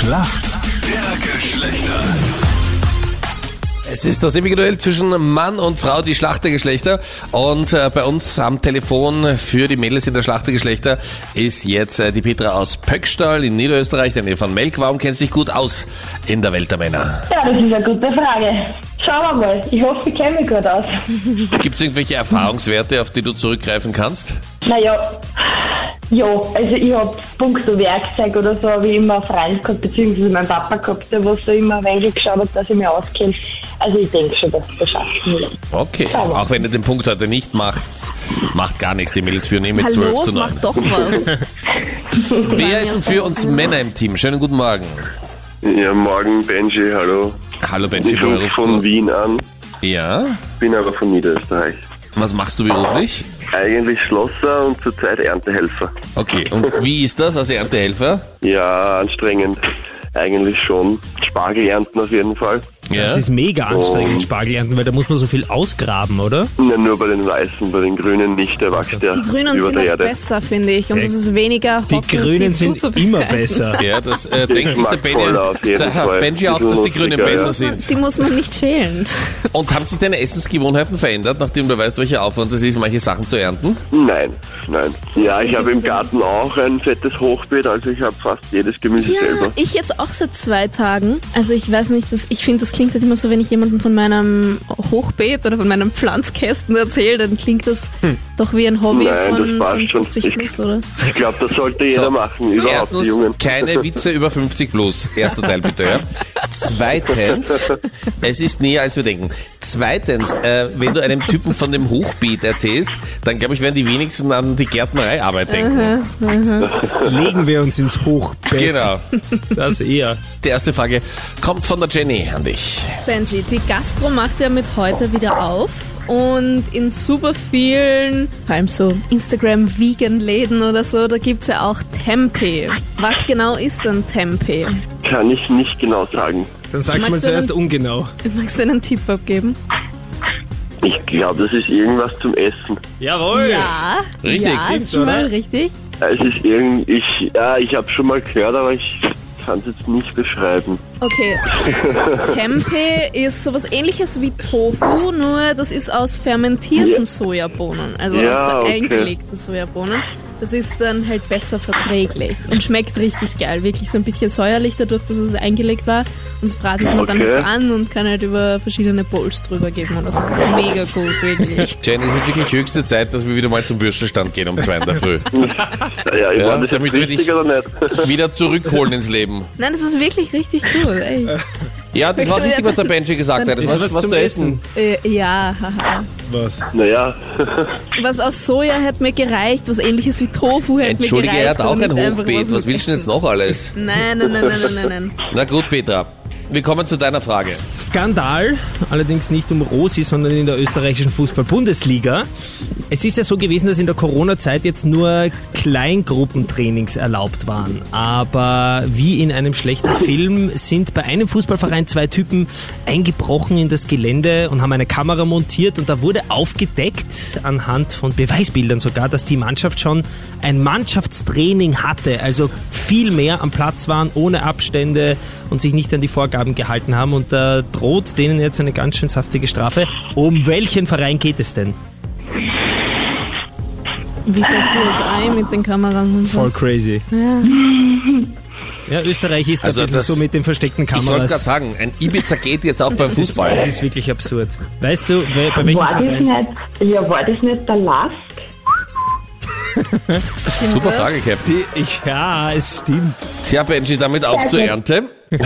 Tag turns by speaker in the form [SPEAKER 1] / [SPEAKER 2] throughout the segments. [SPEAKER 1] Schlacht der Geschlechter.
[SPEAKER 2] Es ist das ewige Duell zwischen Mann und Frau, die Schlacht der Geschlechter. Und äh, bei uns am Telefon für die Mädels in der Schlacht der Geschlechter ist jetzt äh, die Petra aus Pöckstall in Niederösterreich, der Nähe von Melk. Warum kennt sich gut aus in der Welt der Männer?
[SPEAKER 3] Ja, das ist eine gute Frage. Schauen wir mal. Ich hoffe, ich kenne mich gut aus.
[SPEAKER 2] Gibt es irgendwelche Erfahrungswerte, auf die du zurückgreifen kannst?
[SPEAKER 3] Naja, ja, also ich habe punkto Werkzeug oder so, habe ich immer einen Freund gehabt, beziehungsweise meinen Papa gehabt, der was da immer wenig geschaut hat, dass ich mich auskenne. Also ich denke schon, dass das schafft.
[SPEAKER 2] Okay,
[SPEAKER 3] Aber-
[SPEAKER 2] auch wenn du den Punkt heute nicht machst, macht gar nichts. Die Mädels führen eh mit 12
[SPEAKER 4] Hallo,
[SPEAKER 2] zu
[SPEAKER 4] es
[SPEAKER 2] 9.
[SPEAKER 4] macht doch was.
[SPEAKER 2] Wer ist denn für uns Männer im Team? Schönen guten Morgen.
[SPEAKER 5] Ja, morgen Benji, hallo.
[SPEAKER 2] Hallo Benji,
[SPEAKER 5] Ich rufe von
[SPEAKER 2] beruflich.
[SPEAKER 5] Wien an,
[SPEAKER 2] Ja,
[SPEAKER 5] bin aber von Niederösterreich.
[SPEAKER 2] was machst du beruflich?
[SPEAKER 5] Eigentlich Schlosser und zurzeit Erntehelfer.
[SPEAKER 2] Okay, und wie ist das Also als Erntehelfer?
[SPEAKER 5] Ja, anstrengend. Eigentlich schon. Spargel ernten auf jeden Fall.
[SPEAKER 2] Ja.
[SPEAKER 6] Das ist mega anstrengend, Spargel ernten, weil da muss man so viel ausgraben, oder?
[SPEAKER 5] Na, nur bei den Weißen, bei den Grünen nicht, der wächst ja
[SPEAKER 4] Die Grünen
[SPEAKER 5] über
[SPEAKER 4] sind
[SPEAKER 5] der
[SPEAKER 4] noch
[SPEAKER 5] Erde.
[SPEAKER 4] besser, finde ich. Und
[SPEAKER 6] Ja,
[SPEAKER 4] es ist weniger
[SPEAKER 6] Die
[SPEAKER 4] hocken,
[SPEAKER 6] Grünen
[SPEAKER 4] die
[SPEAKER 6] sind
[SPEAKER 4] zuzubereiten.
[SPEAKER 6] immer besser.
[SPEAKER 2] ja, das äh, denkt sich der
[SPEAKER 5] mag Cola auf
[SPEAKER 2] Benji,
[SPEAKER 5] jeden
[SPEAKER 2] der Herr
[SPEAKER 5] Fall.
[SPEAKER 2] Benji auch,
[SPEAKER 5] Bisschen
[SPEAKER 2] dass die Grünen
[SPEAKER 5] lustiger,
[SPEAKER 2] besser
[SPEAKER 5] ja.
[SPEAKER 2] sind.
[SPEAKER 4] Die muss man nicht schälen.
[SPEAKER 2] Und haben sich deine Essensgewohnheiten verändert, nachdem du weißt, welcher Aufwand es ist, manche Sachen zu ernten?
[SPEAKER 5] Nein, nein. Ja, ich habe im Garten auch ein fettes Hochbeet, also ich habe fast jedes Gemüse
[SPEAKER 4] Ja,
[SPEAKER 5] selber.
[SPEAKER 4] ich jetzt auch seit zwei Tagen. Also ich weiß nicht, das, ich finde, das klingt halt immer so, wenn ich jemandem von meinem Hochbeet oder von meinem Pflanzkästen erzähle, dann klingt das doch wie ein Hobby
[SPEAKER 5] Hm. Nein, das
[SPEAKER 4] von,
[SPEAKER 5] passt
[SPEAKER 4] von
[SPEAKER 5] schon.
[SPEAKER 4] 50
[SPEAKER 5] Ich-
[SPEAKER 4] plus, oder?
[SPEAKER 5] Ich glaube, das sollte jeder
[SPEAKER 2] So.
[SPEAKER 5] machen, überhaupt die
[SPEAKER 2] Erstens,
[SPEAKER 5] Jungen.
[SPEAKER 2] keine Witze über 50 plus. Erster Teil bitte, ja. Zweitens, es ist näher als wir denken. Zweitens, äh, wenn du einem Typen von dem Hochbeet erzählst, dann glaube ich, werden die wenigsten an die Gärtnereiarbeit denken.
[SPEAKER 6] Legen wir uns ins Hochbett.
[SPEAKER 2] Genau.
[SPEAKER 6] Das eher.
[SPEAKER 2] Die erste Frage kommt von der Jenny an dich.
[SPEAKER 4] Benji, die Gastro macht ja mit heute wieder auf und in super vielen, vor allem so Instagram-Vegan-Läden oder so, da gibt's ja auch Tempeh. Was genau ist denn Tempeh?
[SPEAKER 5] Kann ich nicht genau sagen.
[SPEAKER 6] Dann sag's
[SPEAKER 4] Magst
[SPEAKER 6] mal
[SPEAKER 4] du
[SPEAKER 6] zuerst
[SPEAKER 4] dann-
[SPEAKER 6] ungenau.
[SPEAKER 4] Magst du einen Tipp abgeben?
[SPEAKER 5] Ich glaube, das ist irgendwas zum Essen.
[SPEAKER 6] Jawohl!
[SPEAKER 4] Ja,
[SPEAKER 2] Richtig,
[SPEAKER 4] ja,
[SPEAKER 6] stimmt's,
[SPEAKER 4] ist schon mal
[SPEAKER 6] oder?
[SPEAKER 4] richtig.
[SPEAKER 5] Es ist irgend, ich, ja, ich habe schon mal gehört, aber ich kann es jetzt nicht beschreiben.
[SPEAKER 4] Okay. Tempeh ist sowas ähnliches wie Tofu, nur das ist aus fermentierten
[SPEAKER 5] Ja.
[SPEAKER 4] Sojabohnen, also
[SPEAKER 5] Ja,
[SPEAKER 4] aus
[SPEAKER 5] okay.
[SPEAKER 4] eingelegten Sojabohnen. Das ist dann halt besser verträglich und schmeckt richtig geil. Wirklich so ein bisschen säuerlich dadurch, dass es eingelegt war. Und das bratet man dann halt so
[SPEAKER 5] Okay.
[SPEAKER 4] an und kann halt über verschiedene Bowls drüber geben oder so. Mega gut, wirklich.
[SPEAKER 2] Jenny, es wird wirklich höchste Zeit, dass wir wieder mal zum Würstelstand gehen um zwei in der Früh.
[SPEAKER 5] Ja, ich
[SPEAKER 2] Ja,
[SPEAKER 5] war
[SPEAKER 2] damit
[SPEAKER 5] das jetzt
[SPEAKER 2] würde
[SPEAKER 5] richtig
[SPEAKER 2] ich-
[SPEAKER 5] oder nicht?
[SPEAKER 2] Wieder zurückholen ins Leben.
[SPEAKER 4] Nein, das ist wirklich richtig gut, echt.
[SPEAKER 2] Ja, das war richtig, was der Benji gesagt hat. Das war was, was zu essen.
[SPEAKER 4] Äh, ja, haha.
[SPEAKER 6] Was?
[SPEAKER 5] Naja,
[SPEAKER 4] Was aus Soja hätte mir gereicht, was ähnliches wie Tofu hätte mir
[SPEAKER 2] Entschuldige,
[SPEAKER 4] gereicht.
[SPEAKER 2] er hat auch
[SPEAKER 4] aber
[SPEAKER 2] ein
[SPEAKER 4] nicht einfach
[SPEAKER 2] Hochbeet. Was willst du denn jetzt noch alles?
[SPEAKER 4] Nein, nein, nein, nein, nein, nein, nein.
[SPEAKER 2] Na gut, Petra. Wir kommen zu deiner Frage.
[SPEAKER 6] Skandal, allerdings nicht um Rosi, sondern in der österreichischen Fußball-Bundesliga. Es ist ja so gewesen, dass in der Corona-Zeit jetzt nur Kleingruppentrainings erlaubt waren. Aber wie in einem schlechten Film sind bei einem Fußballverein zwei Typen eingebrochen in das Gelände und haben eine Kamera montiert und da wurde aufgedeckt, anhand von Beweisbildern sogar, dass die Mannschaft schon ein Mannschaftstraining hatte, also viel mehr am Platz waren, ohne Abstände und sich nicht an die Vorgaben gehalten haben. Und da droht denen jetzt eine ganz schön saftige Strafe. Um welchen Verein geht es denn?
[SPEAKER 4] Wie das CSI mit den Kameras und so.
[SPEAKER 6] crazy. Ja. Österreich ist
[SPEAKER 2] Also
[SPEAKER 6] also ein bisschen
[SPEAKER 2] das-
[SPEAKER 6] so mit den versteckten
[SPEAKER 2] Ich wollte gerade
[SPEAKER 6] Kameras.
[SPEAKER 2] sagen, ein Ibiza geht jetzt auch beim
[SPEAKER 6] Das
[SPEAKER 2] Fußball.
[SPEAKER 6] ist wirklich absurd. Weißt du, wer- bei welchem
[SPEAKER 3] War das
[SPEAKER 6] Verein?
[SPEAKER 3] nicht, ja, war das nicht der Lask?
[SPEAKER 2] Super Frage, Captain.
[SPEAKER 6] Die, ich, ja, es stimmt.
[SPEAKER 2] Tja, Benji, damit auf zur Ernte. Man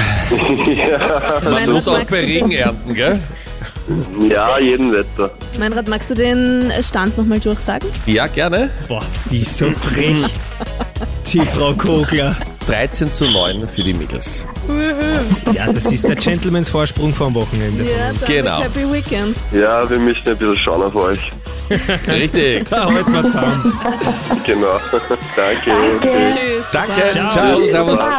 [SPEAKER 4] Meinrad,
[SPEAKER 2] muss auch
[SPEAKER 4] magst
[SPEAKER 2] bei
[SPEAKER 4] du
[SPEAKER 2] Regen ernten, gell?
[SPEAKER 5] ja, jeden Wetter.
[SPEAKER 4] den- Meinrad, magst du den Stand nochmal durchsagen?
[SPEAKER 2] Ja, gerne.
[SPEAKER 6] Boah, die ist so frech. Die Frau Kogler.
[SPEAKER 2] 13 zu 9 für die Mädels.
[SPEAKER 6] Ja, das ist der Gentleman's Vorsprung vom Wochenende.
[SPEAKER 4] Ja, damit
[SPEAKER 2] Genau.
[SPEAKER 4] Happy Weekend.
[SPEAKER 5] Ja, wir müssen ein bisschen schauen auf euch.
[SPEAKER 2] Richtig.
[SPEAKER 6] Da halten wir zusammen.
[SPEAKER 5] Genau. Danke.
[SPEAKER 3] Okay.
[SPEAKER 4] Tschüss.
[SPEAKER 2] Danke.
[SPEAKER 6] Ciao.
[SPEAKER 2] Ciao. Servus.